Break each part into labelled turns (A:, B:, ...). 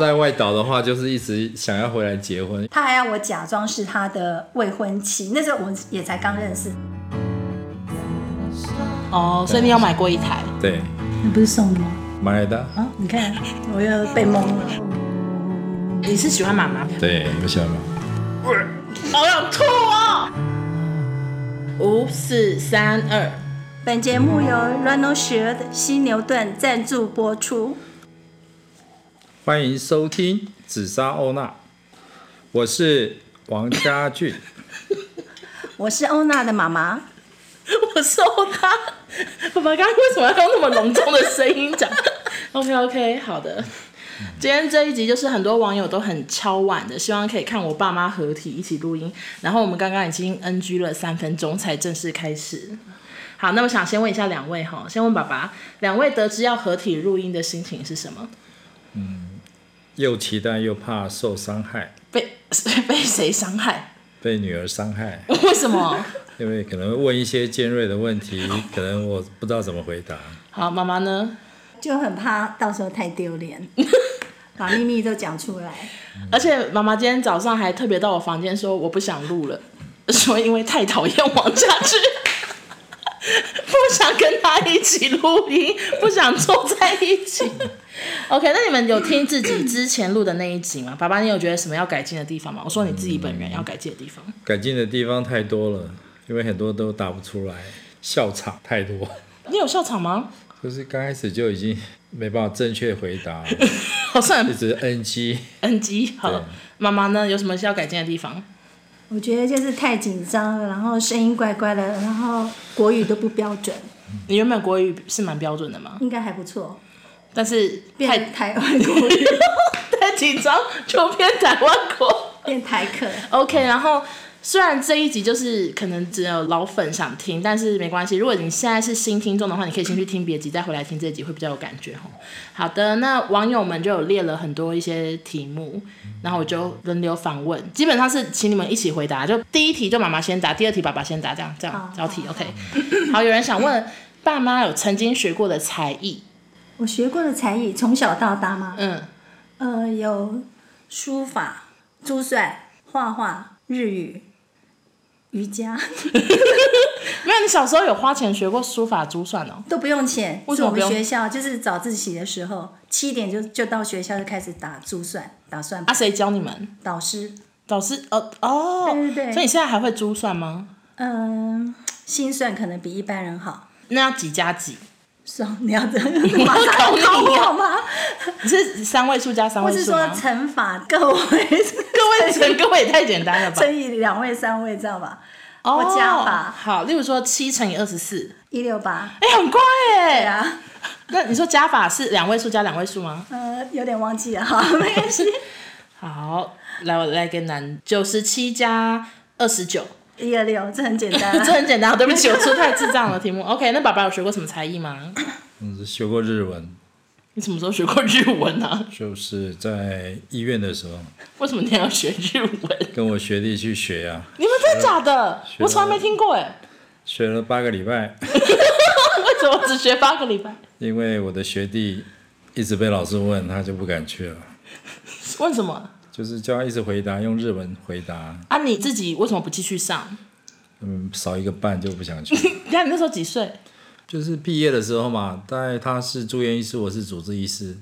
A: 在外岛的话，就是一直想要回来结婚。
B: 他还要我假装是他的未婚妻，那时候我也才刚认识。
C: 哦，所以你有买过一台，
A: 对，
B: 你不是送的吗？
A: 买的，
B: 啊，你看我又被蒙了。嗯
C: 你是喜欢妈妈？
A: 对，我喜欢吗？
C: 好想吐哦！五四三二，
B: 本节目由 Ronald Shield 犀牛顿赞助播出。
A: 欢迎收听紫砂欧娜，我是王家俊。
B: 我是欧娜的妈妈，
C: 我收他。爸爸刚刚为什么要用那么隆重的声音讲 ？OK OK，好的。今天这一集就是很多网友都很敲碗的，希望可以看我爸妈合体一起录音。然后我们刚刚已经 NG 了三分钟才正式开始。好，那我想先问一下两位哈，先问爸爸，两位得知要合体录音的心情是什么？
A: 又期待又怕受伤害，
C: 被 被谁伤害？
A: 被女儿伤害，
C: 为什么？
A: 因为可能会问一些尖锐的问题，可能我不知道怎么回答。
C: 好，妈妈呢？
B: 就很怕到时候太丢 脸，把秘密都讲出来。
C: 而且妈妈今天早上还特别到我房间说我不想录了， 说因为太讨厌王家俊， 不想跟他一起录音，不想坐在一起。OK，那你们有听自己之前录的那一集吗？爸爸，你有觉得什么要改进的地方吗？我说你自己本人要改进的地方。
A: 改进的地方太多了，因为很多都答不出来，笑场太多，
C: 你有笑场吗？
A: 就是刚开始就已经没办法正确回答，
C: 好像
A: 一直 NG。
C: NG。好
A: 嗯对，
C: 妈妈呢？有什么需要改进的地方？
B: 我觉得就是太紧张了，然后声音怪怪的，然后国语都不标准，
C: 你原本国语是蛮标准的嘛，
B: 应该还不错。
C: 但是
B: 变
C: 太
B: 成台 湾国语，
C: 太紧张就变台湾国。
B: 变台客。
C: OK，然后虽然这一集就是可能只有老粉想听，但是没关系。如果你现在是新听众的话，你可以先去听别集，再回来听这集会比较有感觉哈。好的，那网友们就有列了很多一些题目，然后我就轮流访问，基本上是请你们一起回答。就第一题就妈妈先答，第二题爸爸先答，这样这样
B: 好
C: 交替。
B: 好
C: OK，好，有人想问爸妈有曾经学过的才艺，
B: 我学过的才艺从小到大吗？
C: 嗯，
B: 呃，有书法、珠算、画画、日语、瑜伽，
C: 没有，你小时候有花钱学过书法珠算哦。
B: 都不用钱。
C: 为
B: 是
C: 什么
B: 我
C: 不
B: 们
C: 用
B: 学校就是早自习的时候，七点就就到学校就开始打珠算、打算
C: 啊，谁教你们？
B: 导师。
C: 导师？哦哦，
B: 对对对
C: 所以你现在还会珠算吗？
B: 嗯、心算可能比一般人好。
C: 那要几加几？
B: 算，你 要这样马上考我吗？
C: 你是三位数加三
B: 或
C: 位
B: 是
C: 数
B: 说
C: 吗？
B: 乘法各位
C: 各位乘各位也太简单了吧？
B: 乘以两位、三位，这样吧？
C: 哦
B: 或加法
C: 好，例如说七乘以二十四，
B: 一六八。
C: 哎，很快
B: 对
C: 哎。
B: 啊，
C: 那你说加法是两位数加两位数吗？
B: 呃，有点忘记了，好，没关系。
C: 好，来我来给难，九十七加二十九，
B: 一二六，这很简单、
C: 这
B: 啊。
C: 很简单。对不起，我出太智障了题目。OK，那爸爸有学过什么才艺吗？
A: 嗯，学过日文，
C: 你什么时候学过日文啊？
A: 就是在医院的时候
C: 为什么你要学日文？
A: 跟我学弟去学啊，
C: 你们真的假的？
A: 学
C: 我从来没听过哎。
A: 学了八个礼拜，
C: 为 什么只学八个礼拜？
A: 因为我的学弟一直被老师问，他就不敢去了，
C: 为什么？
A: 就是叫他一直回答，用日文回答，
C: 啊，你自己为什么不继续上？
A: 嗯，少一个半就不想去。
C: 那你那时候几岁？
A: 就是毕业的时候嘛，大概他是住院医师，我是主治医师，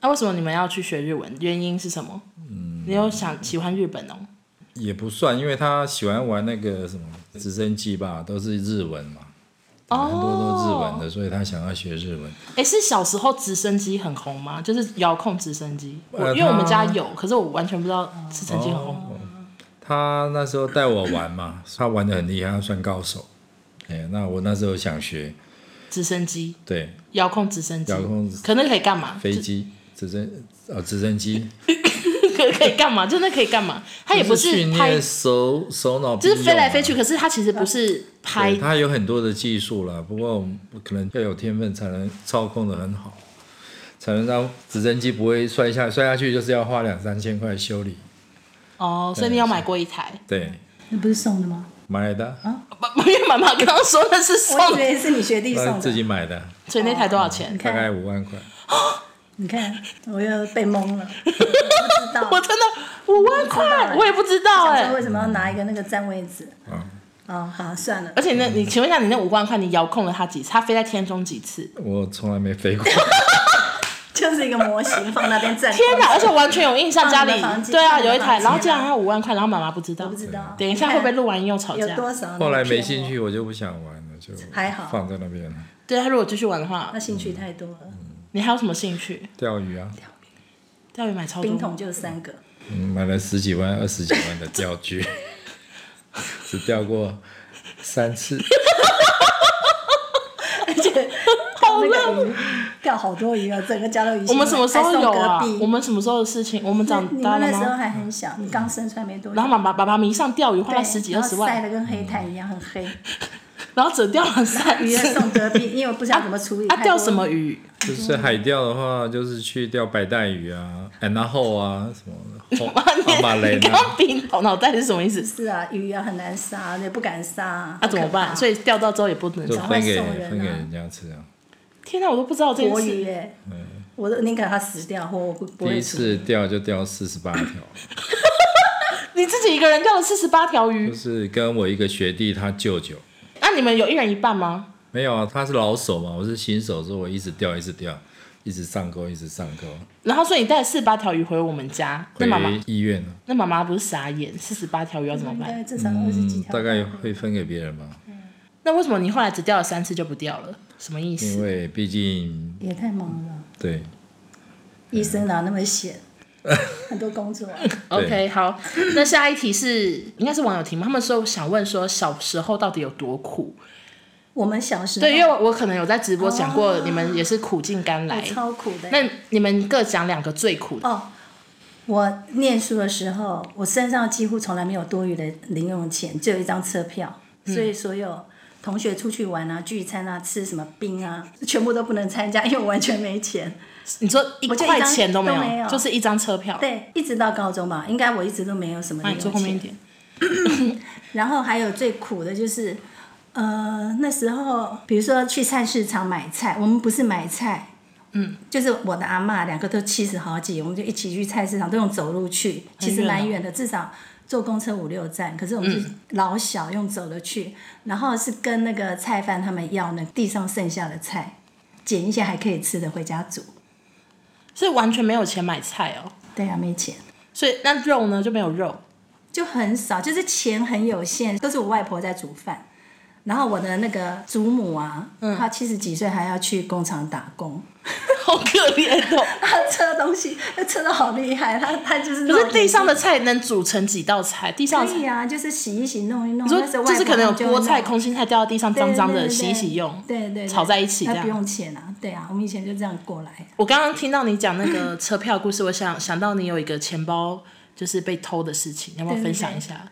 C: 啊那、为什么你们要去学日文？原因是什么？
A: 嗯
C: 你有想喜欢日本哦？
A: 也不算，因为他喜欢玩那个什么直升机吧，都是日文嘛，很多都是日文的，所以他想要学日文。
C: 哎，是小时候直升机很红吗？就是遥控直升机，我
A: 呃
C: 因为我
A: 它
C: 们
A: 哦
C: 家有，可是我完全不知道直升机很红。
A: 他那时候带我玩嘛， 他玩的很厉害，他算高手。哎、那我那时候想学，
C: 直升机，
A: 对，
C: 遥控直升机，
A: 遥控直
C: 可那可以干嘛？
A: 飞机、直升呃直升机，
C: 可可以干嘛？就那可以干嘛？它也
A: 就
C: 不
A: 是训
C: 拍，
A: 练手手脑，啊
C: 就是飞来飞去，。可是它其实不是拍
A: 对，他有很多的技术啦，不过我们可能要有天分才能操控的很好，才能让直升机不会摔下摔下去，就是要花两三千块修理。
C: 哦，所以你有买过一台。
A: 对，
B: 那不是送的吗？
A: 买的，
C: 不因为妈妈刚刚说那是送
B: 我以
C: 的，
B: 为是你学弟
A: 那
B: 送
A: 自
B: 的。
A: 己买的，
C: 所以那台多少钱？
A: 大概五万块。
B: 你看，我又被蒙 了，我不知道，
C: 我真的五万块，我也不知道哎、
B: 想说为什么要拿一个那个占位置？
A: 啊，
B: 哦，好，算了，
C: 而且那，你请问一下，你那五万块，你遥控了它几次？它飞在天中几次？
A: 我从来没飞过，
B: 就是一个模 型放那边占。
C: 天哪！而且我完全有印象，
B: 哦放
C: 家
B: 你的
C: 里
B: 房间
C: 对啊，
B: 放你的
C: 有一
B: 房
C: 台，
B: 间
C: 然后竟然还有五万块，然后妈妈不知道
B: 我不。知道，
C: 等一下
B: 你
C: 会
B: 看
C: 不会录完音又吵
B: 有
C: 架？
B: 多少？
A: 嗯后来没兴，趣，我就不想玩了，就
B: 还好
A: 放在那边了
C: 对他如果继续玩的话
B: 他，兴趣太多了，
A: 嗯
C: 你还有什么兴趣？
A: 钓鱼啊，
C: 钓鱼买超
B: 嗯冰
C: 多，
B: 桶就三个，
A: 嗯，买了十几万、二十几 万的钓具， 只钓过三 次，
B: 而且
C: 好
B: 那
C: 浪
B: 个鱼钓好多鱼啊，整个家都鱼腥味。
C: 我们什么时候有啊
B: 还送隔？壁
C: 我们什么时候的事情？我们
B: 那
C: 长
B: 你
C: 大
B: 们
C: 了
B: 那时候
C: 吗？
B: 还很小，你刚生出来没多久。
C: 然后妈妈爸爸迷上钓鱼，花
B: 对
C: 了十几二十
B: 然后晒
C: 万，
B: 得跟黑炭一样，很黑。
C: 然后只钓了三
B: 鱼还
C: 次。
B: 送隔壁，因为我不知道怎么处理。
C: 他
B: 太
C: 钓
B: 多
C: 啊什么鱼？
A: 就是海钓的话，就是去钓白带鱼啊、安娜后啊什么后奥马
C: 你
A: 雷
C: 你
A: 呢
C: 刚，刚冰头脑袋是什么意思？
B: 是啊，鱼啊很难杀，也不敢杀。
C: 那啊怎么办？所
B: 以
C: 以钓到之后也不能
A: 就
C: 讲。
A: 分给
B: 赶快送人啊
A: 分给人家吃啊。
C: 天哪，我都不知道这件
B: 活
C: 事。
B: 鱼哎，我都宁可它死掉，或我不
A: 第
B: 不会
A: 一
B: 处
A: 次
B: 理。
A: 钓就钓四十八条，
C: 你自己一个人钓了四十八条
A: 就
C: 鱼，
A: 是跟我一个学弟他舅舅，
C: 那你们有一人一半吗？
A: 没有啊，他是老手嘛，我是新手，所以我一直钓一直钓，一直上钩一直上钩，
C: 然后所以你带四十八条鱼回我们家，
A: 回
C: 那妈妈
A: 医院了。
C: 那妈妈不是傻眼，四十八条鱼要怎么
B: 应
C: 办？
B: 该至少二十几
A: 嗯
B: 条、
A: 大概会分给别人吧，
C: 那为什么你后来只钓了三次就不钓了？什么意
A: 因
C: 思？
A: 为毕竟
B: 也太忙了，
A: 对
B: 医生哪那么 闲？很多工作啊，
C: OK，好， 那下一题是应该是网友提问，他们说想问说小时候到底有多苦？
B: 我们小时候
C: 对，因为我可能有在直播讲过，你们也是苦尽甘
B: 我
C: 来。
B: 超苦的。
C: 那你们各讲两个最苦的，
B: 哦，我念书的时候，我身上几乎从来没有多余的零用钱，只有一张车票，
C: 嗯
B: 所以所有同学出去玩啊、聚餐啊、吃什么冰啊，全部都不能参加，因为我完全没钱。
C: 你说一
B: 我就一
C: 块
B: 张
C: 钱都没
B: 都没有
C: 就是一张车票。
B: 对，一直到高中吧，应该我一直都没有什么
C: 那啊你
B: 零
C: 坐
B: 用
C: 后面一
B: 钱。
C: 点。
B: 然后还有最苦的就是，呃，那时候比如说去菜市场买菜，我们不是买菜，嗯，就是我的阿嬷两个都七十好几，我们就一起去菜市场，都用走路去，其实
C: 很远嗯
B: 蛮
C: 哦
B: 远的，至少坐公车五六站。可是我们是老小用走的去，然后是跟那个菜贩他们要那地上剩下的菜，捡一些还可以吃的回家煮。
C: 是完全没有钱买菜哦，
B: 对啊，没钱。
C: 所以那肉呢就没有肉，
B: 就很少，就是钱很有限，都是我外婆在煮饭。然后我的那个祖母啊，
C: 嗯
B: 她七十几岁还要去工厂打工，
C: 好可怜哦。
B: 她车东西，她车的好厉害，她她就是那
C: 可
B: 种
C: 是地上的菜能煮成几道菜？地上的
B: 可
C: 菜，
B: 以啊，就是洗一洗，弄一弄。
C: 你说
B: 那时候
C: 就
B: 外
C: 是
B: 婆
C: 可能有
B: 就弄
C: 菠菜、空心菜掉到地上
B: 对对
C: 脏脏
B: 对
C: 的，
B: 对
C: 洗一洗用。
B: 对对对，
C: 炒在一起这
B: 那
C: 样
B: 不用钱啊，对啊，我们以前就这样过来。
C: 我刚刚听到你讲那个车票故事，我想想到你有一个钱包就是被偷的事情，要不要
B: 对对
C: 分享一下？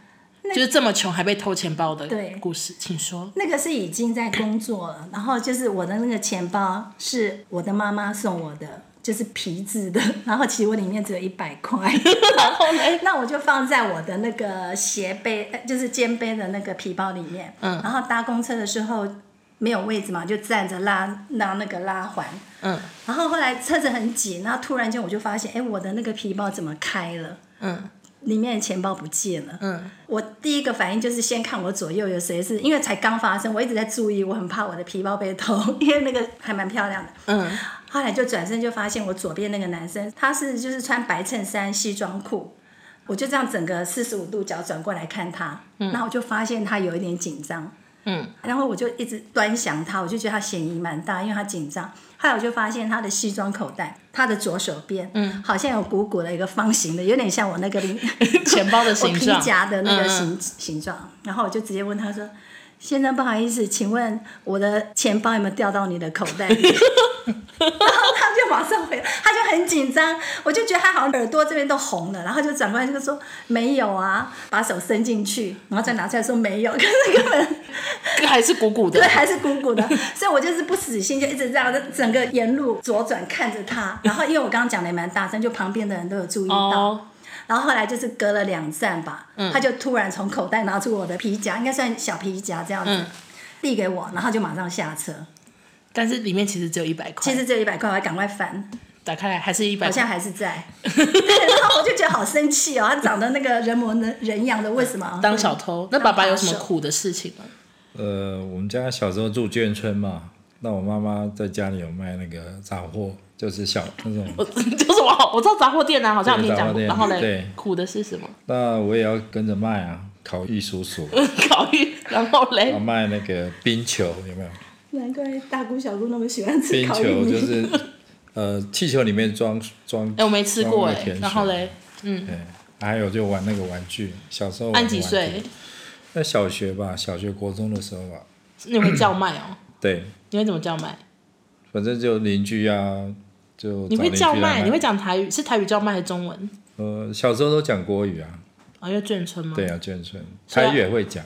C: 就是这么穷还被偷钱包的
B: 对
C: 故事，请说。
B: 那个是已经在工作了，然后就是我的那个钱包是我的妈妈送我的，就是皮质的，然后其实我里面只有一百块。
C: 然后呢？
B: 那我就放在我的那个斜背，呃就是肩背的那个皮包里面。嗯。然后搭公车的时候没有位置嘛，就站着拉拉那个拉环。
C: 嗯，
B: 然后后来车子很紧，然后突然间我就发现，哎，我的那个皮包怎么开了？
C: 嗯。
B: 里面的钱包不见了。
C: 嗯。
B: 我第一个反应就是先看我左右有谁是，因为才刚发生，我一直在注意，我很怕我的皮包被偷，因为那个还蛮漂亮的。
C: 嗯，
B: 后来就转身就发现我左边那个男生，他是就是穿白衬衫、西装裤，我就这样整个四十五度角转过来看他，然后我就发现他有一点紧张，
C: 嗯，
B: 然后我就一直端详他，我就觉得他嫌疑蛮大，因为他紧张。后来我就发现他的西装口袋，他的左手边，嗯，好像有鼓鼓的一个方形的，有点像我 那个零
C: 钱包 的
B: 我
C: 形
B: 皮
C: 状，
B: 夹的那个
C: 嗯
B: 形、形状，然后我就直接问他说：“先生，不好意思，请问我的钱包有没有掉到你的口袋里？”然后他就马上回，他就很紧张，我就觉得他好像耳朵这边都红了，然后就转过来就说：“没有啊。”把手伸进去，然后再拿出来说没有，可 是根本
C: 嗯 还是鼓鼓
B: 对，
C: 的。
B: 还是鼓鼓的，所以我就是不死心，就一直这样，整个沿路左转看着他。然后因为我刚刚讲的也蛮大声，就旁边的人都有注意到。
C: 哦，嗯
B: 然后后来就是隔了两站吧，他就突然从口袋拿出我的皮夹，应该算小皮夹这样子，
C: 嗯
B: 递给我，然后就马上下车。
C: 但是里面其实只有一百块。
B: 其实只有一百块，我还赶快翻，
C: 打开来还是一百
B: 好，像还是在。对，然后我就觉得好生气哦，他长得那个人模人样的，为什么？
C: 当小偷。那爸爸有什么
B: 当扒手
C: 苦的事情吗？
A: 呃，我们家小时候住眷村嘛，那我妈妈在家里有卖那个杂货，就是小那种。
C: 我 就是我好，我知道杂货店啊，好像有听你讲过。
A: 对杂
C: 然
A: 货
C: 后
A: 店
C: 嘞
A: 对，
C: 苦的是什么？
A: 那我也要跟着卖啊，烤玉叔叔，
C: 烤玉，然后
A: 要
C: 嘞，
A: 卖那个冰球，有没有？
B: 难怪大姑小姑那么喜欢吃
A: 冰
B: 烤玉
A: 球
B: 米。
A: 就是呃气球里面装装，
C: 哎，我没吃过
A: 装那个
C: 哎
A: 甜。
C: 然后
A: 水
C: 嘞，嗯，
A: 对，还有就玩那个玩具。小时候玩
C: 按几
A: 玩具
C: 岁？？
A: 在小学吧，小学国中的时候吧。
C: 你会叫卖哦？
A: 对，
C: 你会怎么叫卖？
A: 反正就邻居啊，就
C: 你
A: 找
C: 会
A: 邻居啊
C: 叫
A: 来
C: 卖？你会讲台语？是台语叫卖还是中文？
A: 呃，小时候都讲国语啊，
C: 啊，因为眷村吗？
A: 对啊，眷村
C: 是啊
A: 台语也会讲。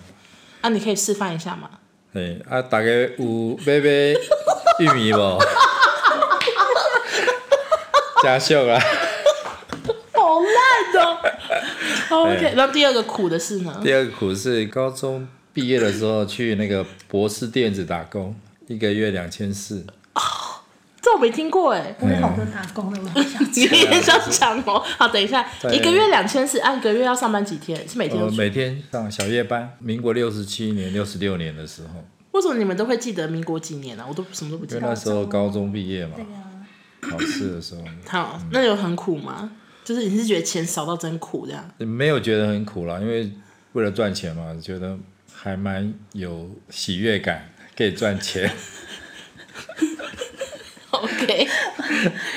C: 啊，你可以示范一下吗？
A: 哎，啊，大概有买买玉米无？ 加秀啊！
C: 好烂哦。OK，
A: 对
C: 那第二个苦的是呢？
A: 第二个苦是高中毕业的时候去那个博士电子打工，一个月两千四。
C: 这我没听 过哎。
B: 我有好多打工的，我好想
C: 你也想讲哦？好，等一下，
A: 对
C: 一个月两千四，按个月要上班几天？是每天
A: 呃，
C: 都去？
A: 每天上小夜班。民国六十七年、六十六年的时候，
C: 为什么你们都会记得民国几年啊？我都什么都不
A: 因
C: 记
A: 为
C: 得。
A: 那时候高中毕业嘛
B: 这，个啊。
A: 考试的时候
C: 好，那有很苦吗？就是你是觉得钱少到真苦这样？
A: 没有觉得很苦啦，因为为了赚钱嘛，觉得还蛮有喜悦感，可以赚钱。
C: OK，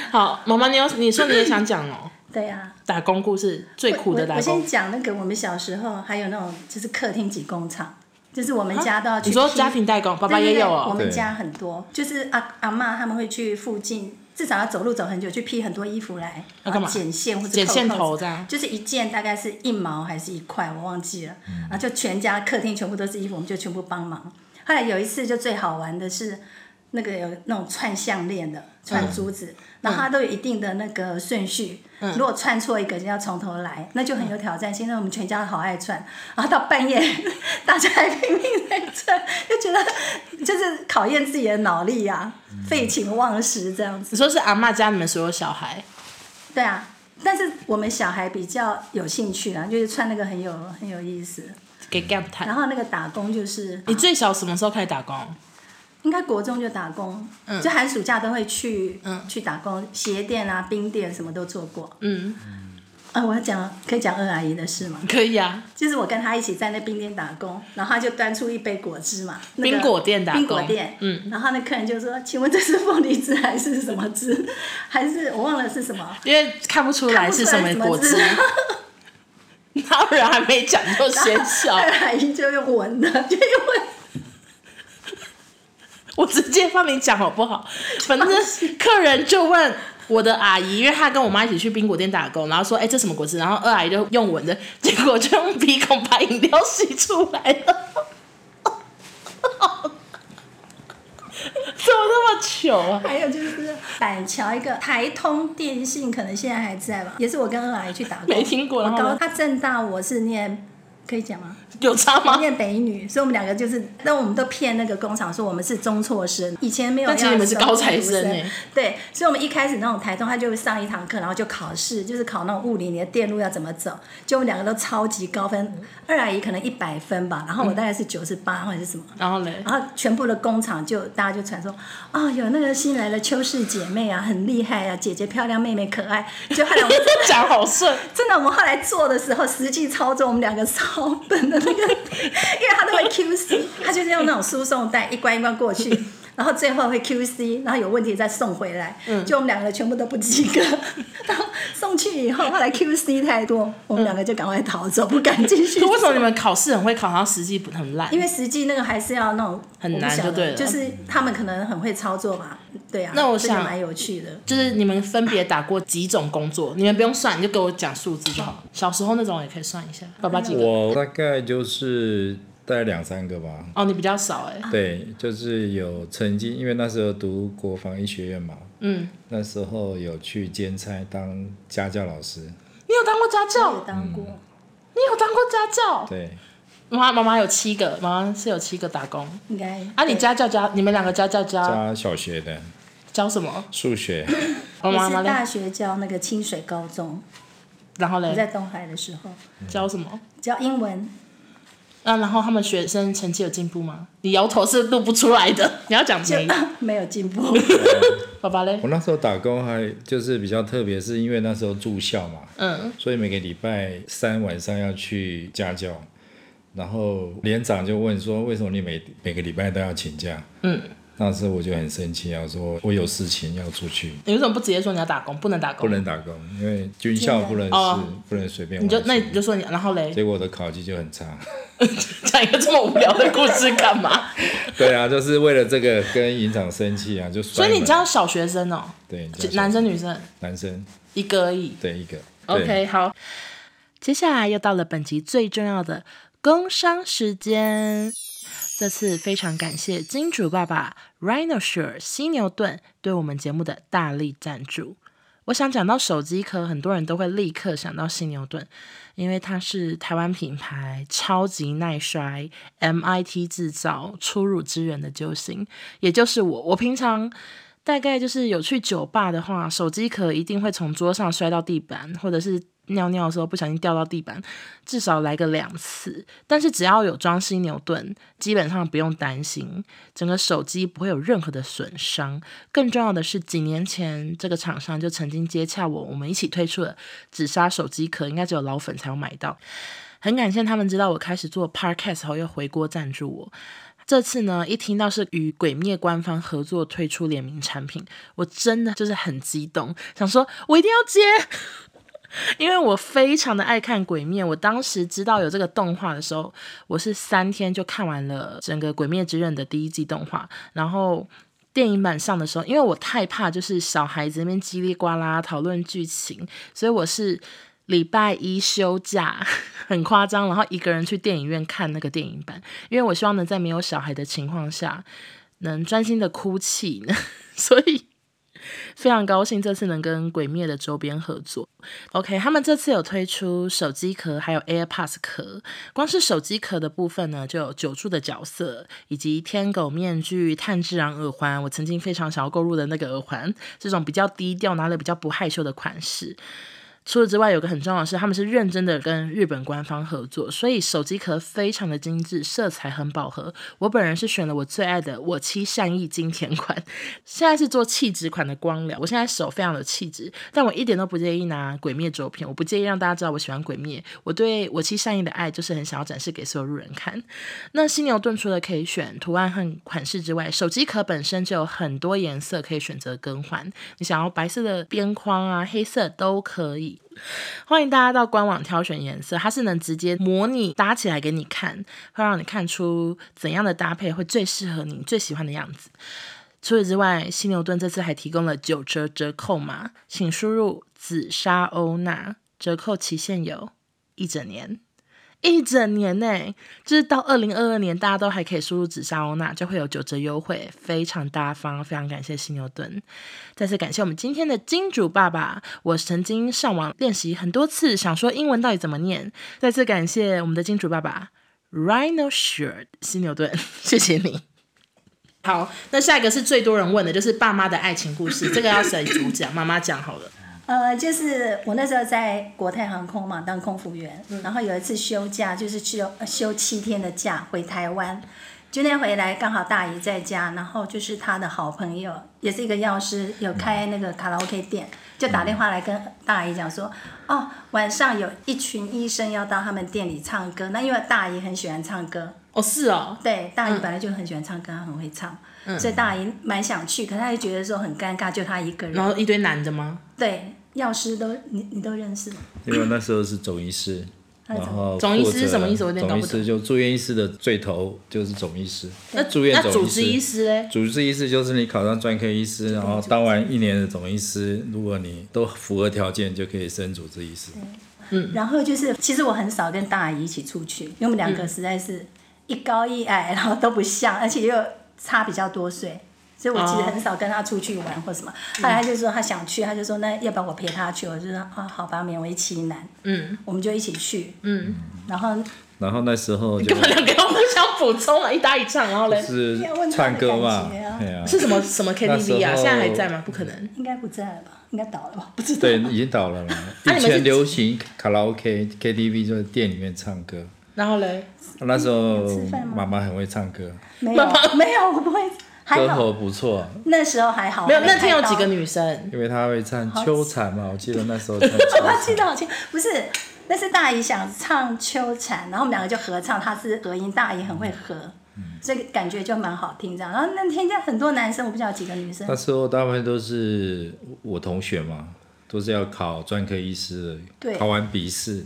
C: 好，妈妈，你有你说你也想讲哦，
B: 对呀、
C: 打工故事最苦的
B: 我我
C: 打
B: 我先
C: 工，
B: 讲那个我们小时候还有那种就是客厅及工厂，就是我们家都要去
C: 啊你说
B: 批
C: 家庭代工，爸爸
B: 对对
C: 也
B: 对
C: 有
B: 我
C: 哦，
B: 们家很多，就是阿阿妈他们会去附近，至少要走路走很久，去批很多衣服来，
C: 要
B: 然
C: 干
B: 后
C: 嘛
B: 剪线或者
C: 剪
B: 扣
C: 线
B: 扣
C: 头
B: 子
C: 这样
B: 就是一件大概是一毛还是一块，我忘记了。然后就全家客厅全部都是衣服，我们就全部帮忙。后来有一次就最好玩的是，那个有那种串项链的，串珠子，然后
C: 嗯
B: 它都有一定的那个顺序。如果串错一个就要从头来，那就很有挑战性。那我们全家好爱串，然后到半夜 大家还拼命在串，就觉得就是考验自己的脑力啊，废寝忘食这样子。
C: 你说是阿嬷家你们所有小孩，
B: 对啊，但是我们小孩比较有兴趣啊，就是穿那个很有很有意思。
C: 给 gap 谈。
B: 然后那个打工就是，
C: 你最小什么时候开始打工？
B: 应该国中就打工，就寒暑假都会去、
C: 嗯
B: 去打工，鞋店啊、冰店什么都做过。
C: 嗯，
B: 啊，我要讲可以讲二阿姨的事吗？
C: 可以啊，
B: 就是我跟她一起在那冰店打工，然后她就端出一杯果汁嘛，那个
C: 冰果店打工
B: 冰果店，
C: 嗯，
B: 然后那客人就说：“请问这是凤梨汁还是什么汁？还是我忘了是什么？”
C: 因为看不出来是什么果汁
B: 看不出来是什么汁，
C: 然后人还没讲就 先笑
B: 二，阿姨就用闻的，就用闻。
C: 我直接帮你讲好不好？反正客人就问我的阿姨，因为她跟我妈一起去冰果店打工，然后说：“哎、这什么果汁？”然后二阿姨就用闻的， 结果就用鼻孔把饮料吸出来了。 怎么那么糗啊？
B: 还有就是板桥一个台通电信，可能现在还在吧，也是我跟二阿姨去打工，
C: 没听过
B: 我
C: 然后
B: 高
C: 呢
B: 他正大，我是念，可以讲吗？
C: 有差
B: 我
C: 吗？
B: 念北一女，所以我们两个就是，但我们都骗那个工厂说我们是中辍生，以前没有要
C: 但
B: 收中辍。
C: 其实你们是高材生欸
B: 对，所以我们一开始那种台通，他就会上一堂课，然后就考试，就是考那种物理，你的电路要怎么走，就我们两个都超级高分，二阿姨可能一百分吧，然后我大概是九十八或者是什么。
C: 然后嘞，
B: 然后全部的工厂就大家就传说，哦，有那个新来的邱氏姐妹啊，很厉害啊，姐姐漂亮，妹妹可爱。就后来我们
C: 讲好 顺，
B: 真的，我们后来做的时候，实际操作我们两个超笨的那个，因为他都会 QC，他就是用那种输送带一关一关过去，然后最后会 QC，然后有问题再送回来。
C: 嗯
B: 就我们两个全部都不及格，然后送去以后，后来 QC 太多，我们两个就赶快逃走，不敢继续做。
C: 为什么你们考试很会考，然后实际很烂？
B: 因为实际那个还是要那种
C: 很
B: 我不
C: 难
B: 晓
C: 就
B: 得
C: 对了嗯
B: 就是他们可能很会操作嘛，对啊。
C: 那我
B: 这个
C: 想
B: 蛮有趣的，
C: 就是你们分别打过几种工作，你们不用算，你就给我讲数字就好。小时候那种也可以算一下，嗯爸爸几个？
A: 我大概就是大概两三个吧。
C: 哦，你比较少哎、
A: 对，就是有曾经，因为那时候读国防医学院嘛，
C: 嗯，
A: 那时候有去兼差当家教老师。
C: 你有当过家
B: 我
C: 教
B: 也？当过。
C: 嗯你有当过家教？
A: 对，
C: 妈妈妈有七个，妈妈是有七个打工。啊
B: 应该
C: 啊，你家教家，你们两个家教家
A: 家小学的，
C: 教什么？
A: 数学，
C: 我
B: 我
C: 妈妈
B: 是
C: 嘞，
B: 大学教那个清水高中，
C: 然后
B: 我
C: 嘞
B: 在东海的时候
C: 教什么？
B: 教英文，
C: 啊，然后他们学生成绩有进步吗？你摇头是录不出来的，你要讲
B: 就
C: 没有？
B: 没有进步。
C: 爸爸 嘞，
A: 我那时候打工还就是比较特别，是因为那时候住校嘛，
C: 嗯，
A: 所以每个礼拜三晚上要去家教，然后连长就问说，为什么你每每个礼拜都要请假？
C: 嗯，
A: 那时候我就很生气啊，我说我有事情要出去，
C: 你为什么不直接说你要打工？不能打工，
A: 不能打工，因为军校不能是、
C: 哦
A: 不能随便
C: 你
A: 外
C: 就
A: 出。
C: 那你就说你，然后嘞，
A: 结果我的考绩就很差。
C: 讲一个这么无聊的故事干嘛？
A: 对啊，就是为了这个跟营长生气啊，就
C: 所
A: 摔
C: 以你
A: 门
C: 教小学生哦、
A: 对
C: 就
A: 就
C: 男生女生
A: 男生
C: 一个而已。
A: 对一个对
C: OK，好，接下来又到了本集最重要的工商时间。这次非常感谢金主爸爸 Rhinoshire 犀牛盾对我们节目的大力赞助。我想讲到手机壳，很多人都会立刻想到犀牛盾，因为它是台湾品牌，超级耐摔，MIT 制造，初乳之人的救星，也就是我。我平常大概就是有去酒吧的话，手机壳一定会从桌上摔到地板，或者是尿尿的时候不小心掉到地板，至少来个两次。但是只要有装犀牛盾，基本上不用担心，整个手机不会有任何的损伤。更重要的是，几年前这个厂商就曾经接洽我，我们一起推出了紫砂手机壳，应该只有老粉才有买到。很感谢他们知道我开始做 podcast 后又回锅赞助我，这次呢，一听到是与鬼灭官方合作推出联名产品，我真的就是很激动，想说我一定要接，因为我非常的爱看鬼灭。我当时知道有这个动画的时候，我是三天就看完了整个《鬼灭之刃》的第一季动画，然后。电影版上的时候，因为我太怕就是小孩子那边叽里呱啦讨论剧情，所以我是礼拜一休假， 很夸张，然后一个人去电影院看那个电影版，因为我希望能在没有小孩的情况下，能专心的哭泣 呢，所以。非常高兴这次能跟鬼灭的周边合作。OK，他们这次有推出手机壳，还有 AirPods 壳。光是手机壳的部分呢，就有九柱的角色，以及天狗面具、炭治郎耳环，我曾经非常想要购入的那个耳环，这种比较低调、拿了比较不害羞的款式。除此之外，有个很重要的是，他们是认真的跟日本官方合作，所以手机壳非常的精致，色彩很饱和。我本人是选了我最爱的我妻善意经典款，现在是做气质款的光疗。我现在手非常有气质，但我一点都不介意拿鬼灭周边，我不介意让大家知道我喜欢鬼灭。我对我妻善意的爱就是很想要展示给所有路人看。那犀牛盾除了可以选图案和款式之外，手机壳本身就有很多颜色可以选择更换。你想要白色的边框啊，黑色都可以。欢迎大家到官网挑选颜色，它是能直接模拟搭起来给你看，会让你看出怎样的搭配会最适合你最喜欢的样子。除此之外，犀牛顿这次还提供了九折折扣码，请输入紫砂欧娜，折扣期限有一整年。一整年呢、就是到二零二二年，大家都还可以输入紫砂欧娜，就会有九折优惠，非常大方，非常感谢犀牛顿。再次感谢我们今天的金主爸爸。我曾经上网练习很多次，想说英文到底怎么念。再次感谢我们的金主爸爸 Rhino Shirt 犀牛顿， 谢谢你。好，那下一个是最多人问的，就是爸妈的爱情故事，这个要谁主讲？妈妈讲好了。
B: 呃，就是我那时候在国泰航空嘛，当空服员，然后有一次休假，就是休呃休七天的假回台湾，就那回来刚好大姨在家，然后就是她的好朋友，也是一个药师，有开那个卡拉 OK 店，就打电话来跟大姨讲说，哦，晚上有一群医生要到他们店里唱歌，那因为大姨很喜欢唱歌，
C: 哦，是哦，
B: 对，大姨本来就很喜欢唱歌，她很会唱，所以大姨蛮想去，可她就觉得说很尴尬，就她一个人。
C: 然后一堆男的吗？
B: 对，药师都你你都认识吗？
A: 因为那时候是总医师，
B: 那
A: 然
B: 怎么
A: 后
C: 总医师是
A: 负责
C: 什么意思我有点搞
A: 总
C: 不
A: 医
C: 懂
A: 师就住院医师的最头就是总医师，
C: 那
A: 住院
C: 那主
A: 总
C: 治医
A: 医师。
C: 师嘞？
A: 主治医师就是你考上专科医师，然后当完一年的总医师，如果你都符合条件，就可以升主治医师。
B: 然后就是，其实我很少跟大姨一起出去，因为我们两个实在是一高一矮，然后都不像，而且又差比较多岁，所以我其实很少跟他出去玩或什么。
C: 嗯
B: 后来他就说他想去，他就说那要不要我陪他去？我就说啊，好吧，勉为其难。
C: 嗯
B: 我们就一起去，
C: 嗯，
B: 然后
A: 然后那时候就
C: 根本两个要互相补充啊，一搭一唱，然后嘞
A: 是
B: 要问他的
A: 唱歌嘛
B: 感觉啊，
A: 对啊，
C: 是什么什么 KTV 啊？
A: 那时候
C: 现在还在吗？不可能。
B: 应该不在了吧？应该倒了吧？不知道。
A: 对，已经倒了啦。
C: 那你
A: 以
C: 们是
A: 前流行卡拉 OK、KTV 就是店里面唱歌，
C: 然后嘞，
A: 那时候
B: 吃饭吗
A: 妈妈很会唱歌，
B: 没有，没有，我不会。还
A: 歌
B: 好
A: 喉不错，
B: 那时候还好。
C: 没有，
B: 还哦没
C: 那天有
B: 看
C: 几
B: 到
C: 个女生？
A: 因为她会唱《秋蝉》嘛，我记得那时 候唱
B: 我
A: 《秋
B: 记
A: 蝉》。
B: 得好清，不是，那是大姨想唱《秋蝉》，然后我们两个就合唱，她是合音，大姨很会合，
A: 嗯
B: 所以感觉就蛮好听这样。然后那天就很多男生，我不知道有几个女生
A: 那，时候大部分都是我同学嘛，都是要考专科医师
B: 对
A: 的，考完笔试。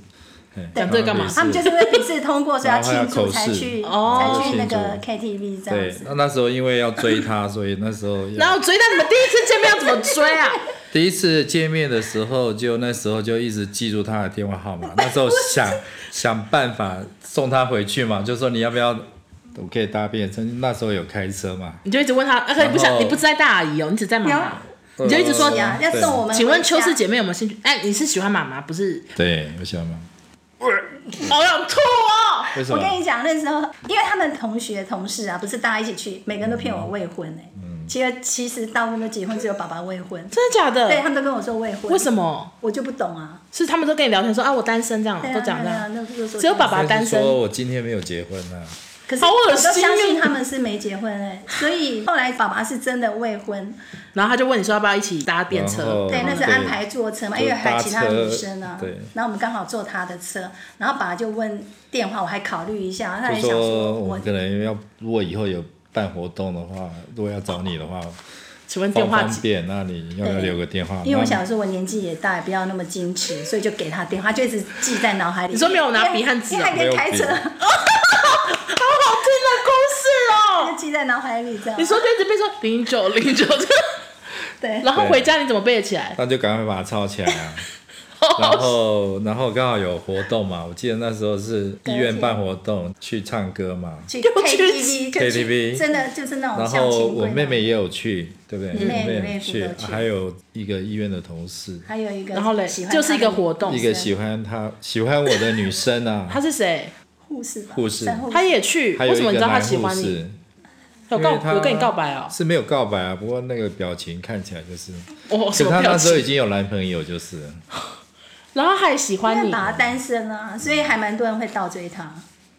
A: 嘿
B: 对
A: 考完
C: 这个干嘛
A: 笔试
B: 他们就是因为笔试通过，所以要
A: 然后还要
B: 庆祝
A: 口
B: 才
A: 试
B: 去，才
C: 哦
B: 去那个
A: 庆
B: KTV 这样
A: 对
B: 子，。
A: 那那时候因为要追 她，所以那时候要
C: 然后追，那你们第一次见面要怎么追啊？
A: 第一次见面的时候，就那时候就一直记住他的电话号 码，那时候想 想办法送他回去嘛，就说你要不要，我可以搭便车，那时候有开车嘛，
C: 你就一直问她，啊可你不
A: 然
C: 想，
A: 后
C: 你不是在大姨哦，你只在妈妈。你就一直说
B: 对啊，要送我们回家。
C: 请问秋氏姐妹有没有兴趣？哎，你是喜欢妈妈，不是？
A: 对，我想嘛，
C: 好想吐哦！
A: 为什
B: 我
A: 么？
B: 跟你讲，那时候因为他们同学同事啊，不是大家一起去，每个人都骗我未婚哎、
A: 嗯
B: 其实其实大部分都结婚，只有爸爸未婚。
C: 真的假
B: 对
C: 的？
B: 他们都跟我说未婚，
C: 嗯为什么？
B: 我就不懂啊？
C: 是他们都跟你聊天说啊，我单身这样，
B: 对啊
C: 都讲这
B: 对
C: 样
B: 啊，，那不是说
C: 只有爸爸
A: 他
C: 单
A: 是说
C: 身。
A: 我今天没有结婚啊，
B: 可是
C: 好
B: 我
C: 恶
B: 都
C: 心
B: 相信他们是没结婚 哎、所以后来爸爸是真的未婚，
C: 然后他就问你说要不要一起搭便
A: 然
C: 车
A: 后？
B: 对，那是
A: 对
B: 安排坐车嘛，因为还有其他女生啊，
A: 搭车对
B: 然后我们刚好坐他的车，然后爸爸就问电话，我还考虑一下，他
A: 就
B: 还想说
A: 说我
B: 我
A: 们可能要如果以后有办活动的话，如果要找你的话，
C: 请问电
A: 方
C: 话
A: 方
C: 几？
A: 便，那你要不要
B: 对
A: 留个电话？
B: 因为我
A: 那
B: 想说，我年纪也大，也不要那么矜持，所以就给他电话，就一直记在脑海里。
C: 你说没有拿笔和纸
B: 因
C: 哦
B: 为还可以开车，
A: 没有笔
C: 好啊好听的故事哦！
B: 就记在脑海里这样。
C: 你说就一直被说零九零九，
B: 对，
C: 然后回家你怎么背得起来？哦
A: 那就赶快把它抄起来 啊。
C: 好
A: 然
C: 好
A: 后，然后刚好有活动嘛，我记得那时候是医院办活动，去唱歌嘛。
B: 去
C: 又
B: KTV
C: 去
B: 就去
A: KTV
B: 真的就是那种
A: 然
B: 哦相
A: 后
B: 亲会
A: 我
B: 那种
A: 妹妹也有去，对不对？
B: 你妹
A: 我
B: 你妹
A: 也有
B: 夫都去
A: 还有一个医院的同事，
B: 还有一个
C: 然后嘞，
B: 喜欢
C: 就是一个
B: 她的
C: 活动
A: 一。个喜欢她喜欢我的女生啊，
C: 他是谁？
B: 护士吧，
A: 护士
B: 三护
C: 他也去，
A: 还有
C: 为
A: 一
C: 什么
A: 个
C: 你知道他
A: 男
C: 喜
A: 护
C: 欢你？
A: 士，
C: 有
A: 因为
C: 告
A: 她
C: 有跟你告白哦？
A: 是没有告白啊，不过那个表情看起来就是，
C: 我
A: 可
C: 哦什
A: 是
C: 么
A: 她
C: 表
A: 那时候已
C: 情？
A: 经有男朋友就是了，
C: 然后还喜
B: 因
C: 欢
B: 为
C: 你，
B: 爸爸单身啊，所以还蛮多人会倒追他，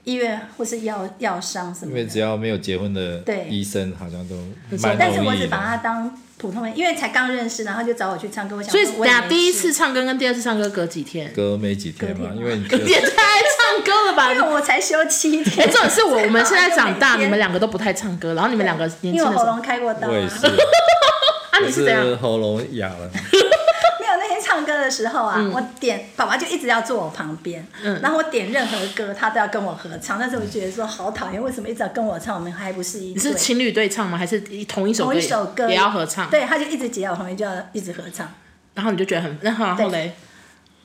B: 医院或是药药商什
A: 因
B: 么
A: 为
B: 的。
A: 只要没有结婚的
B: 对
A: 医生好像都
C: 错
A: 蛮
B: 但是
A: 容
B: 我
A: 易
B: 只把
A: 的。
B: 他当普通人，因为才刚认识，然后就找我去唱歌，我想
C: 所
B: 说
C: 以
B: 我
C: 等
B: 也
C: 下
B: 没
C: 第一
B: 事
C: 次唱歌跟第二次唱歌隔 几天？
A: 隔没几天嘛，因为 你就
C: 也太爱唱歌了吧！
B: 因为我才休七
C: 哎，
B: 天
C: 这。种是我我们现在长大，
B: 每天
C: 你们两个都不太唱歌，然后你们两个
B: 因
C: 年
B: 为
C: 轻
B: 我
C: 的时
B: 喉
C: 候，
B: 咙开过刀、啊，
A: 我
B: 没
A: 也是，
C: 啊，你
A: 我
C: 是怎样？
A: 喉咙哑了。
B: 有那天唱歌的时候啊，
C: 嗯
B: 我点爸爸就一直要坐我旁边，然后我点任何歌他都要跟我合唱，但是我觉得说好讨厌，为什么一直要跟我唱，我们还不是一
C: 你
B: 对
C: 是情侣对唱吗？还是一同一首歌
B: 同
C: 也
B: 一首歌
C: 也要合唱？
B: 对，他就一直挤在我旁边就要一直合唱，
C: 然后你就觉得很，然后然后嘞，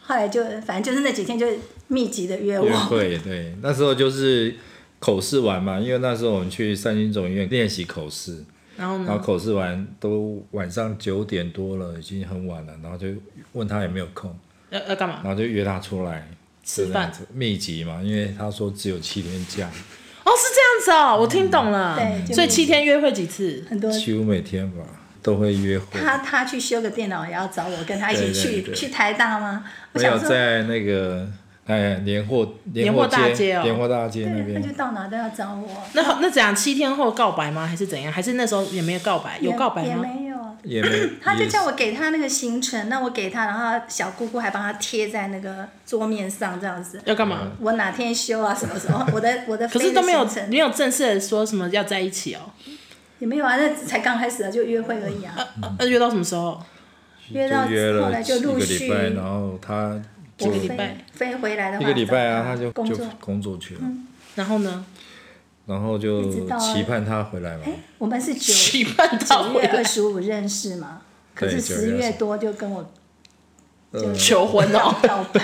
B: 后来就反正就是那几天就密集的约我
A: 约，会，对，那时候就是口试完嘛，因为那时候我们去三军总医院练习口试，
C: 然后嗯
A: 然
C: 呢
A: 后？口试完都晚上九点多了，已经很晚了，然后就问他有没有空，
C: 要要呃干嘛
A: 然？后就约他出来
C: 吃
A: 就那样
C: 饭
A: 子密集嘛，因为他说只有七天假，
C: 哦，是这样
A: 嗯
C: 子哦，我听懂了。
B: 对就
C: 所以七天约会几次？
B: 很多
A: 几乎每天吧都会约会，
B: 他他去修个电脑也要找我跟他一起去
A: 对对对
B: 去台大吗？我
A: 没有
B: 想说，
A: 在那个哎年货
C: 年货
A: 货
C: 大街哦
A: 年货大街那
B: 对，他就
A: 边。
B: 到哪都要找我，
C: 那那怎样？七天后告白吗？还是怎样？还是那时候也没有告白？有
B: 也
C: 告白
B: 也
C: 吗？
B: 没有啊。，
A: 也没
B: 他就
A: 也
B: 叫我给他那个行程，那我给他，然后小姑姑还帮他贴在那个桌面上这样子。
C: 要干
A: 嗯
C: 嘛？
B: 我哪天休啊？什么时 候？我的我的
C: 可
B: 飞
C: 是
B: 的
C: 都没有
B: 行程
C: 没有正式的说什么要在一起哦。
B: 也没有啊，那才刚开始啊，就约会而已啊。
A: 嗯
C: 呃那约到什么时候？
B: 约到
A: 就约
B: 后
A: 了
B: 来
A: 一
B: 就陆
A: 个
B: 续
A: 礼拜，然后他
B: 我
A: 就
C: 一个礼拜
B: 飞飞回来的话，
A: 一个礼拜啊，他就
B: 找工
A: 就
B: 作。嗯
A: 工作去了，
C: 然后呢？
A: 然后就
B: 一直到哎
A: 期盼他回来嘛。
B: 我们是九
C: 期盼他
B: 九
C: 回
B: 月二
C: 来
B: 十五认识嘛，可
A: 对
B: 是
A: 9
B: 十
A: 月
B: 月多就跟我
A: 呃，
C: 求婚哦。
B: 告白，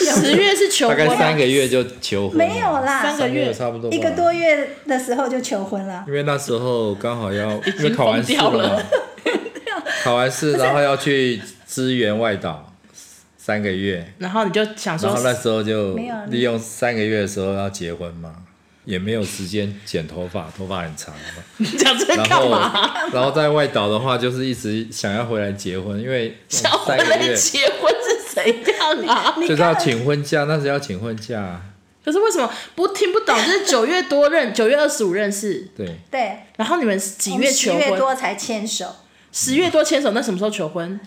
B: 有求
C: 十月是求
A: 大
C: 婚
A: 概三
C: 啊，
A: 个月就求婚了，
B: 没有啦，
C: 三个月
A: 差不多吧
B: 一个多月的时候就求婚了。
A: 因为那时候刚好 要因为
C: 经
A: 考完试
C: 疯掉
A: 嘛
C: 了，
A: 考完试然后要去支援外岛三个月，
C: 然后你就想
A: 然
C: 说
A: 后， 那时候就
B: 没有你
A: 利用三个月的时候要结婚嘛，也没有时间剪头发，头发很长 嘛，
C: 你讲这
A: 然
C: 干
A: 后
C: 嘛？
A: 然后在外岛的话就是一直想要回来结婚，因为
C: 想回
A: 三个
C: 来
A: 月
C: 结婚是谁样啊？
A: 就是要请婚假，那时候要请婚假啊，
C: 可是为什么不听不懂？就是九月多 认，九月二十五认识，
A: 对，
B: 对，
C: 然后你们几
B: 我们
C: 月
B: 十
C: 求
B: 月
C: 婚？
B: 多才牵手，
C: 十月多牵手，那什么时候求婚？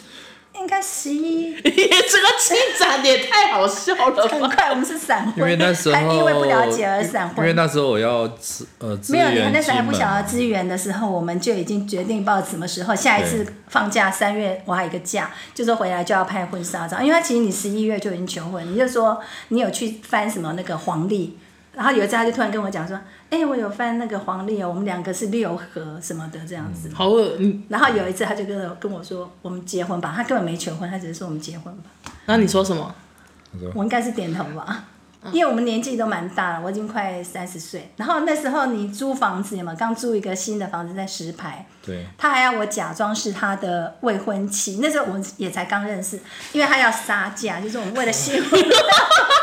B: 应该十一。
C: 这个进展也太好笑了
B: 很
C: 吧！
B: 快，我们是闪婚，
A: 因为那时候
B: 还因为不了解而闪
A: 因为
B: 婚。
A: 那时候我要支呃支
B: 没有，你
A: 援
B: 那时候还不
A: 金
B: 想
A: 门
B: 要支援的时候，我们就已经决定不知道什么时候。下一次
A: 对
B: 放假，三月我还有一个假，就说回来就要拍婚纱照，因为他其实你十一月就已经求婚，你就说你有去翻什么那个黄历，然后有一次他就突然跟我讲说，哎、我有翻那个黄历哦，我们两个是六合什么的这样子。
C: 好恶，嗯你
B: 然后有一次他就跟我跟我说，我们结婚吧，他根本没求婚，他只是说我们结婚吧。
C: 然后你说什么？
B: 我应该是点头吧，因为我们年纪都蛮大了，我已经快三十岁。然后那时候你租房子嘛，刚租一个新的房子在石牌，
A: 对。
B: 他还要我假装是他的未婚妻，那时候我们也才刚认识，因为他要杀价，就是我们为了新婚。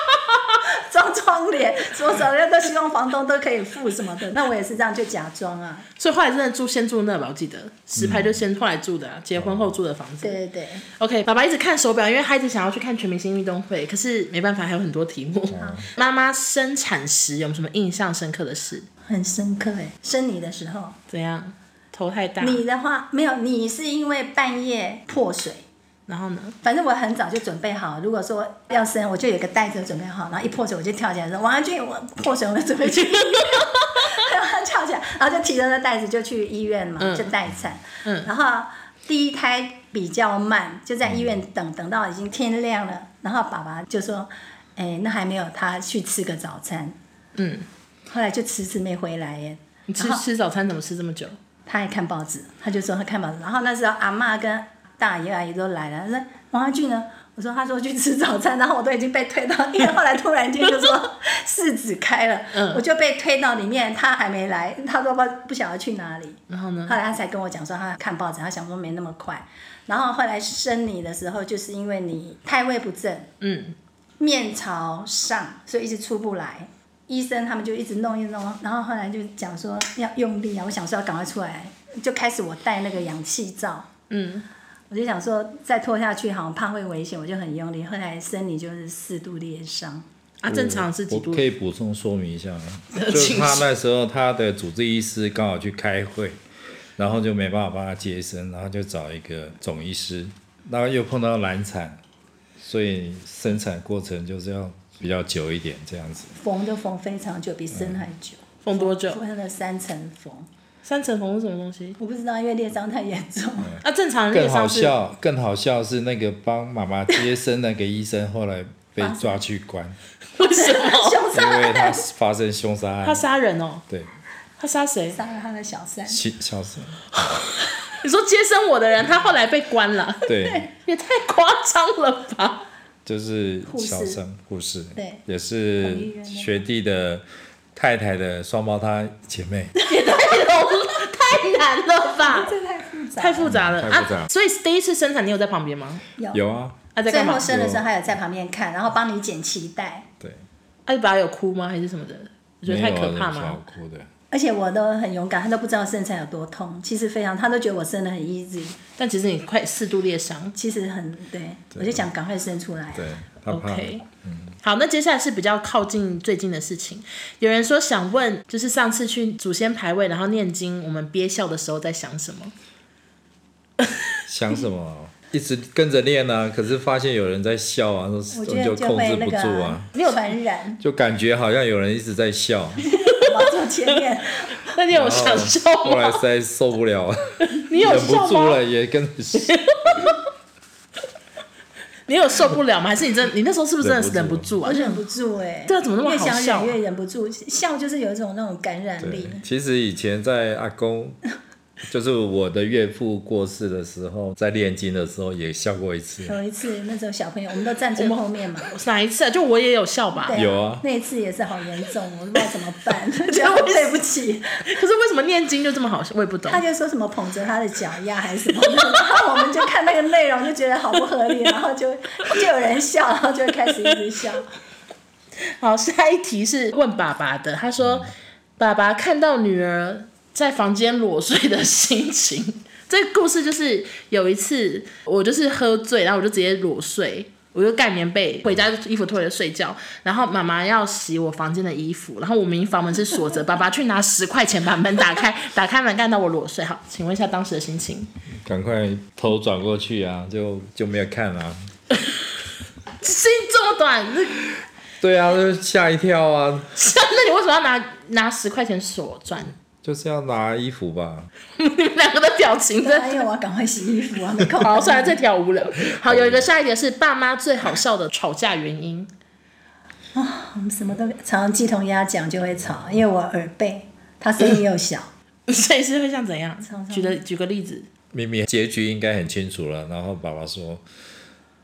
B: 装窗帘，什么什么都希望房东都可以付什么的，那我也是这样就假装啊，
C: 所以后来真的住先住那吧，我记得石牌就先后来住的、啊，
A: 嗯
C: 结婚后住的房子
B: 对。对对，
C: OK，爸爸一直看手表，因为他一直想要去看全明星运动会，可是没办法，还有很多题目。
A: 嗯
C: 妈妈生产时有什么印象深刻的事？
B: 很深刻哎，生你的时候，
C: 怎样？头太大，
B: 你的话没有，你是因为半夜破水，
C: 然后呢？
B: 反正我很早就准备好，如果说要生，我就有个袋子准备好，然后一破水我就跳起来说：“王安俊，我破水，我准备去医
C: 嗯
B: 院。”然后他跳起来，然后就提着那袋子就去医院嘛，
C: 嗯
B: 就待产。
C: 嗯
B: 然后第一胎比较慢，就在医院等，等到已经天亮了，然后爸爸就说：“哎，那还没有，他去吃个早餐。
C: 嗯，”
B: 后来就迟迟没回来耶。
C: 你吃
B: 然后
C: 吃早餐怎么吃这么久？
B: 他还看报纸，他就说他看报纸。然后那时候阿嬷跟大爷阿姨都来了，他说王阿俊呢？我说他说去吃早餐，然后我都已经被推到，因为后来突然间就说市子开了，
C: 嗯
B: 我就被推到里面，他还没来，他说不不晓得去哪里。
C: 然后呢？
B: 后来他才跟我讲说他看报纸，他想说没那么快。然后后来生你的时候，就是因为你胎位不正，
C: 嗯，
B: 面朝上，所以一直出不来。医生他们就一直弄一直弄，然后后来就讲说要用力啊，我想说要赶快出来，就开始我戴那个氧气罩，
C: 嗯，
B: 我就想说再拖下去好像怕会危险，我就很用力。后来生理就是四度裂伤，
C: 啊，正常是
A: 嗯
C: 几
A: 我
C: 度，
A: 可？以补充说明一下吗就是他那时候他的主治医师刚好去开会，然后就没办法帮他接生，然后就找一个总医师，然后又碰到难产，所以生产过程就是要比较久一点这样子。
B: 缝就缝非常久，比生还久，
C: 缝多久？
B: 缝了三层缝，
C: 三层缝是什么东西？
B: 我不知道，因为裂伤太严重。
C: 啊，正常人
A: 嗯更
C: 裂
A: 好
C: 伤是
A: 笑，更好笑是那个帮妈妈接生那个医生后来被抓去关，
C: 为什 么？
B: 凶
A: 因
B: 杀
A: 为他发生凶杀
C: 他
A: 案，
C: 杀人哦，
A: 对，
C: 他杀谁？
B: 杀了他的小三，
A: 小小生，
C: 你说接生我的人，他后来被关了，
A: 对。
C: 也太夸张了吧？
A: 就是
B: 护士
A: 小生护士，
B: 对
A: 也
B: 同一
A: 是
B: 人的
A: 学弟的太太的双胞胎姐 妹，
C: 也太容 太难了吧？
B: 这太复杂了，
C: 太复杂了、
A: 太复杂
C: 啊！所以第一次生产你有在旁边吗？
B: 有
A: 有啊，
C: 啊，在
B: 最
C: 干嘛
B: 后？生的时候，还有在旁边看，然后帮你剪脐带。
A: 对，
C: 啊，你爸有哭吗？还是什么的？我觉得
A: 没
C: 太
A: 有
C: 可怕
A: 人想
C: 吗？
A: 哭的，
B: 而且我都很勇敢，他都不知道生产有多痛，其实非常，他都觉得我生的很 easy，
C: 但其实你快四度裂伤。
B: 其实很对，我就想赶快生出来。
A: 对，他怕
C: OK，、好，那接下来是比较靠近最近的事情。有人说想问，就是上次去祖先牌位，然后念经，我们憋笑的时候在想什么？
A: 想什么，一直跟着练啊，可是发现有人在笑啊，说
B: 我
A: 我
B: 觉
A: 们
B: 得
A: 就
B: 就
A: 控制
B: 会
A: 不
B: 那个
A: 住啊，，
B: 没有传染
A: 就感觉好像有人一直在笑，
B: 我坐前 面，
C: 那你有
A: 然后
C: 想笑
A: 哦后来
C: 吗
A: 实？在受不了了，
C: 你有
A: 忍不
C: 笑
A: 住
C: 吗？
A: 了，也跟着笑，
C: 你有受不了吗？还是你真你那时候是不是真的是忍
A: 忍
C: 不
A: 不
C: 住
B: 我
C: 啊？
B: 忍不住哎、
C: 对啊怎么那么
B: 越
C: 好
B: 想
C: 笑啊
B: 忍越忍不住，笑就是有一种那种感染
A: 对
B: 力。，
A: 其实以前在阿公就是我的岳父过世的时候，在念经的时候也笑过一次。
B: 有一次那时候小朋友，我们都站最后面嘛，
C: 哪一次啊？就我也有笑吧
B: 对、。
A: 有啊
B: 那一次也是好严重，我都不知道怎么办， 觉得我对不起。
C: 可是为什么念经就这么好笑？我也不懂
B: 他。就说什么捧着他的脚丫还是什么的，然后我们就看那个内容就觉得好不合理，然后就就有人笑，然后就会开始一直 笑。
C: 好，下一题是问爸爸的，他说、爸爸看到女儿在房间裸睡的心情。这个故事就是有一次我就是喝醉，然后我就直接裸睡。我就盖棉被回家，衣服脱了睡觉。然后妈妈要洗我房间的衣服，然后我明房门是锁着，爸爸去拿十块钱把门打开，打开门看到我裸睡。好，请问一下当时的心情？
A: 赶快头转过去啊，就就没有看啊。
C: 心这么短，那
A: 对啊，就吓一跳啊，
C: 那你为什么要拿拿十块钱锁赚？
A: 就是要拿衣服吧。
C: 你们两个的表情真
B: 对啊，因为我要赶快洗衣服啊，没 空。
C: 好，哦算了，这条无聊。好，有一个下一个是爸妈最好笑的吵架原因。
B: 我们什么都常常鸡同鸭讲就会吵，因为我耳背，他声音又小，
C: 所以是会像怎样
B: 常常？
C: 举个举个例子，
A: 明明结局应该很清楚了，然后爸爸说，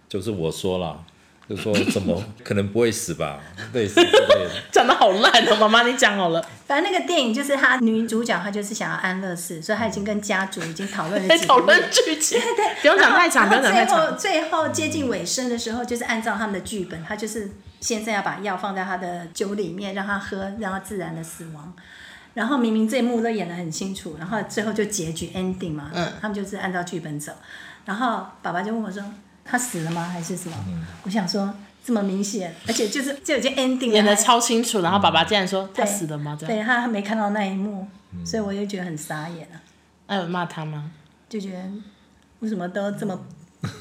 A: 就是我说了，就说怎么可能不会死吧，类似之类的。
C: 讲的好烂哦，妈妈你讲 好了，
B: 反正那个电影就是他女主角，她就是想要安乐死，所以她已经跟家族已经讨论了
C: 在
B: 几
C: 讨
B: 个月
C: 论。剧情，不
B: 然
C: 用
B: 后
C: 讲太长，不
B: 然
C: 用
B: 后
C: 讲太长。
B: 最后最后接近尾声的时候，就是按照他们的剧本，他就是先生要把药放在他的酒里面，让他喝，让他自然的死亡。然后明明这一幕都演得很清楚，然后最后就结局 ending 嘛，
C: 嗯
B: 他们就是按照剧本走。然后爸爸就问我说：“他死了吗？还是什么？”
C: 嗯
B: 我想说这么明显，而且就是就已经 ending 了，
C: 演的
B: 还
C: 超清楚，然后爸爸竟然说他
B: 对
C: 死了吗？这样，嗯
B: 对他还没看到那一幕，所以我就觉得很傻眼啊，
C: 哎，有骂他吗？
B: 就觉得为什么都这么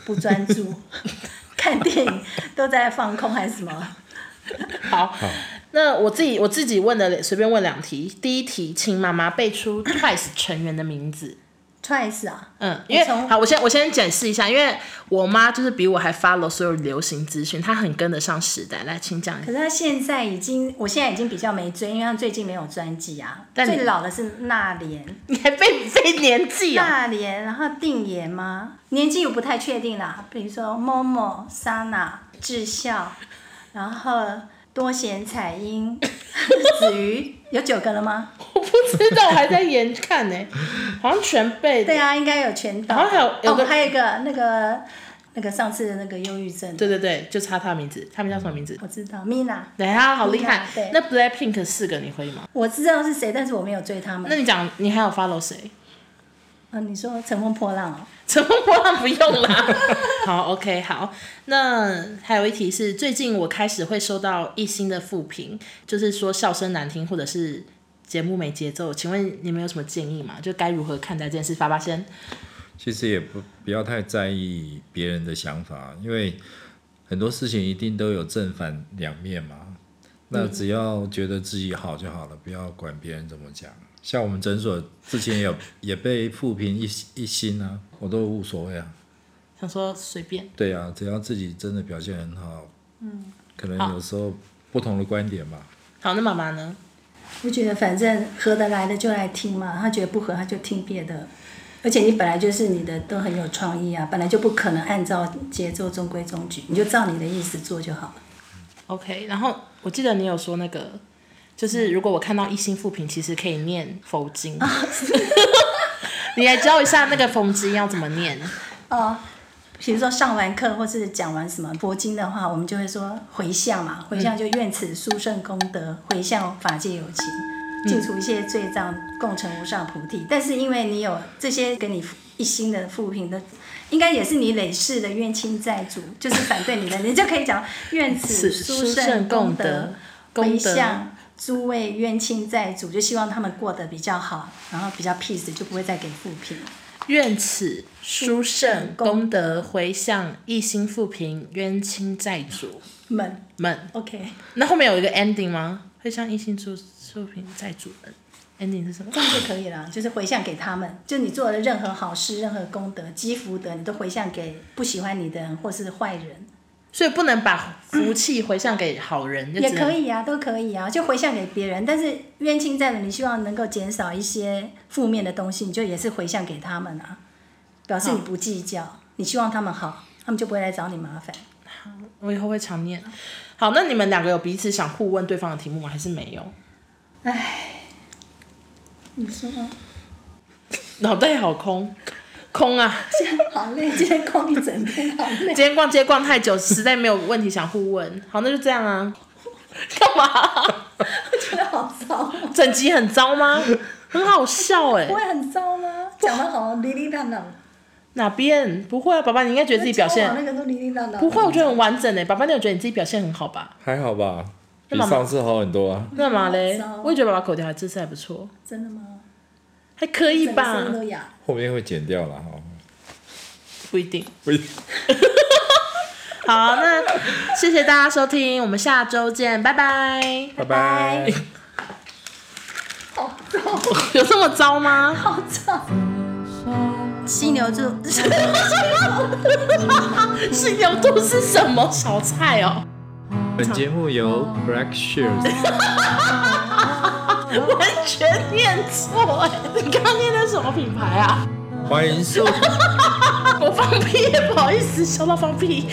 B: 不专注， 看电影都在放空还是什么？
C: 好，那我自己我自己问的，随便问两题。第一题，请妈妈背出 Twice 成员的名字。
B: Twice 啊，
C: 嗯，因为
B: 我从
C: 好，我先我先解释一下，因为我妈就是比我还 follow 所有流行资讯，她很跟得上时代。来，请讲一
B: 可
C: 下。
B: 是他现在已经，我现在已经比较没追，因为他最近没有专辑啊。
C: 但你
B: 最老的是那莲，
C: 你还被被年 纪啊？
B: 那莲，然后定妍吗？年纪我不太确定啦。比如说 Momo、Sana、智孝，然后多贤、彩英、子瑜，有九个了吗？
C: 我不知道，我还在研 看呢、好像全背
B: 对
C: 的。
B: 啊，应该有全到。
C: 然后还有有个
B: 哦，还有一个那个那个上次的那个忧郁症，
C: 对对嗯对，就差她名字，她们叫什么名字？
B: 我知道 Mina，
C: 等一下，好厉害
B: 对！
C: 那 Blackpink 四个你会吗？
B: 我知道是谁，但是我没有追他们。
C: 那你讲，你还有 follow 谁？
B: 嗯、你说乘风破浪哦，
C: 乘风破浪不用 啦。好，OK，好。那还有一题是，最近我开始会收到一星的负评，就是说笑声难听，或者是节目没节奏。请问你们有什么建议吗？就该如何看待这件事？发发先，
A: 其实也不不要太在意别人的想法，因为很多事情一定都有正反两面嘛。那只要觉得自己好就好了，不要管别人怎么讲。像我们诊所之前也有 也被负评一一星啊，我都无所谓啊。
C: 想说随便。
A: 对啊，只要自己真的表现很好，嗯，可能有时候不同的观点吧。
C: 好，那妈妈呢？
B: 我觉得反正合得来的就来听嘛，他觉得不合他就听别的。而且你本来就是你的都很有创意啊，本来就不可能按照节奏中规中矩，你就照你的意思做就好了。
C: OK，然后我记得你有说那个，就是如果我看到一星复评，其实可以念佛经。 你来教一下那个佛经要怎么念？
B: 哦，比如说上完课或是讲完什么佛经的话，我们就会说回向嘛，回向就愿此殊胜功德，回向法界有情，净除一切罪障，共成无上菩提。但是因为你有这些给你一心的负评的，应该也是你累世的冤亲债主，就是反对你的，你就可以讲愿此
C: 此
B: 殊
C: 殊
B: 胜
C: 胜
B: 功
C: 功
B: 德
C: 德，
B: 回
C: 功德
B: 向。诸位冤亲债主，就希望他们过得比较好，然后比较 peace，就不会再给负评。
C: 愿此殊胜功德回向一心复平冤亲债主
B: 们
C: 们。
B: ，OK。
C: 那后面有一个 ending 吗？会向一心复复平债主们。ending 是什么
B: 这？样就可以了，就是回向给他们，就你做的任何好事、任何功德、积福德，你都回向给不喜欢你的人或是坏人。
C: 所以不能把福气回向给好人，就
B: 也
C: 只能
B: 可以啊，都可以啊，就回向给别人。但是冤亲债主，你希望能够减少一些负面的东西，你就也是回向给他们啊，表示你不计较，你希望他们好，他们就不会来找你麻烦。
C: 我以后会常念。好，那你们两个有彼此想互问对方的题目吗？还是没有？
B: 你说
C: 脑袋好空，空啊！
B: 今天好累，今天逛一整天好累
C: 今。天逛街逛太久，实在没有问题想互问。好，那就这样啊。干嘛？
B: 我觉得好糟，
C: 整集很糟吗？很好笑哎、
B: 不会很糟吗？讲的好哩哩当当，
C: 哪边不会啊？爸爸，你应该觉得自己表
B: 交往
C: 现
B: 那个都哩哩当当，
C: 不会，我觉得很完整哎、爸爸，你有觉得你自己表现很好吧？
A: 还好吧，比
C: 那妈妈
A: 上次好很多啊。
C: 干嘛嘞
B: 好糟？
C: 我也觉得爸爸口条还这次还不错，
B: 真的吗？
C: 还可以
B: 整个
C: 吧
B: 声音？都哑。
A: 后面会剪掉了哈。
C: 不一定。
A: 不一
C: 好，那谢谢大家收听，我们下周见，拜拜。
A: 拜拜。
B: 好糟，
C: 有这么糟吗？
B: 好糟。犀牛座，
C: 是牛肚是什么小菜哦？
A: 本节目由 Black Shears
C: 完全念错哎！你刚刚念的什么品牌啊？
A: 欢迎收听。
C: 我放屁，不好意思，笑到放屁。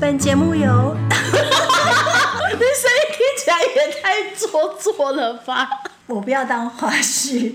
B: 本节目由
C: 你声音听起来也太做作了吧？
B: 我不要当花絮。